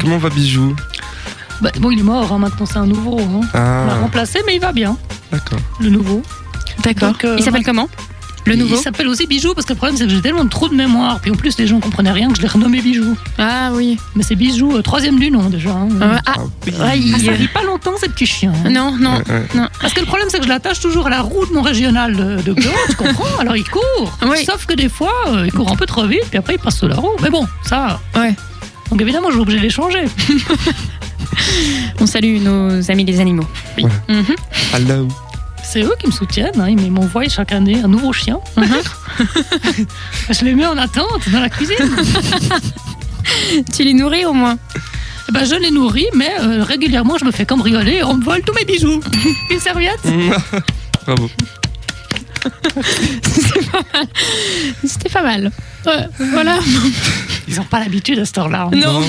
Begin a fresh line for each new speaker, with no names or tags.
Comment va Bijou
Bah, bon, il est mort, hein, maintenant c'est un nouveau. hein. On l'a
Ah,
remplacé, mais il va bien,
d'accord.
le nouveau.
D'accord.
Donc, euh,
il s'appelle comment Le nouveau
Il s'appelle aussi Bijou, parce que le problème c'est que j'ai tellement de trous de mémoire. Puis en plus, les gens comprenaient rien que je l'ai renommé Bijou.
Ah oui.
Mais c'est Bijou, euh, troisième du nom déjà. hein.
Ah, ah,
oui.
ah, il-
Ah, ça vit pas longtemps ces petits chiens. hein.
Non, non.
Ouais, ouais.
Parce que le problème c'est que je l'attache toujours à la roue de mon régional de, de Gland, tu comprends Alors il court.
Oui.
Sauf que des fois, euh, il court un peu trop vite, puis après il passe sous la roue. Mais bon, ça.
Ouais.
Donc évidemment, je suis obligé de les changer.
On salue nos amis les animaux.
Ouais.
Mhm.
Hello.
C'est eux qui me soutiennent, hein, ils m'envoient chaque année un nouveau chien. je les mets en attente dans la cuisine.
Tu les nourris au moins.
Eh ben, je les nourris, mais euh, régulièrement je me fais cambrioler et on me vole tous mes bijoux. Une serviette
Bravo.
C'était pas mal. Ouais, voilà.
Ils n'ont pas hein. l'habitude à ce temps-là.
Non.